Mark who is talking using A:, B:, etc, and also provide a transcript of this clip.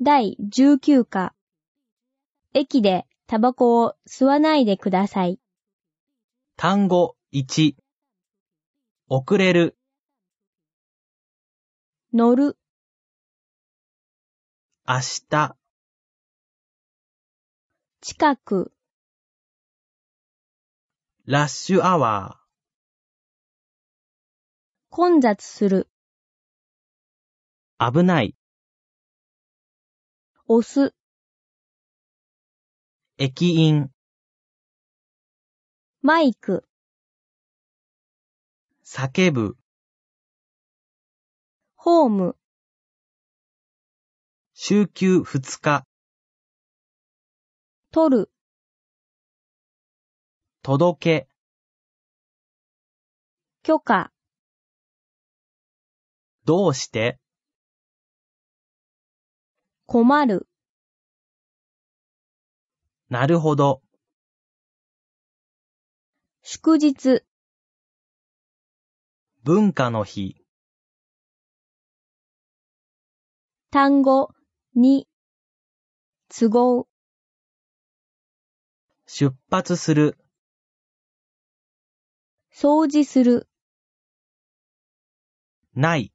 A: 第19課。駅でタバコを吸わないでください。
B: 単語1、遅れる、
A: 乗る、
B: 明日、
A: 近く、
B: ラッシュアワ
A: 混雑する、
B: ー、危ない、
A: 押す、
B: 駅員、
A: マイク、
B: 叫ぶ、
A: ホーム、
B: 週休2日、
A: 取る、
B: 届け、
A: 許可、
B: どうして、
A: 困る、
B: なるほど、
A: 祝日、
B: 文化の日、
A: 単語、に、都合、
B: 出発する、
A: 掃除する、
B: ない、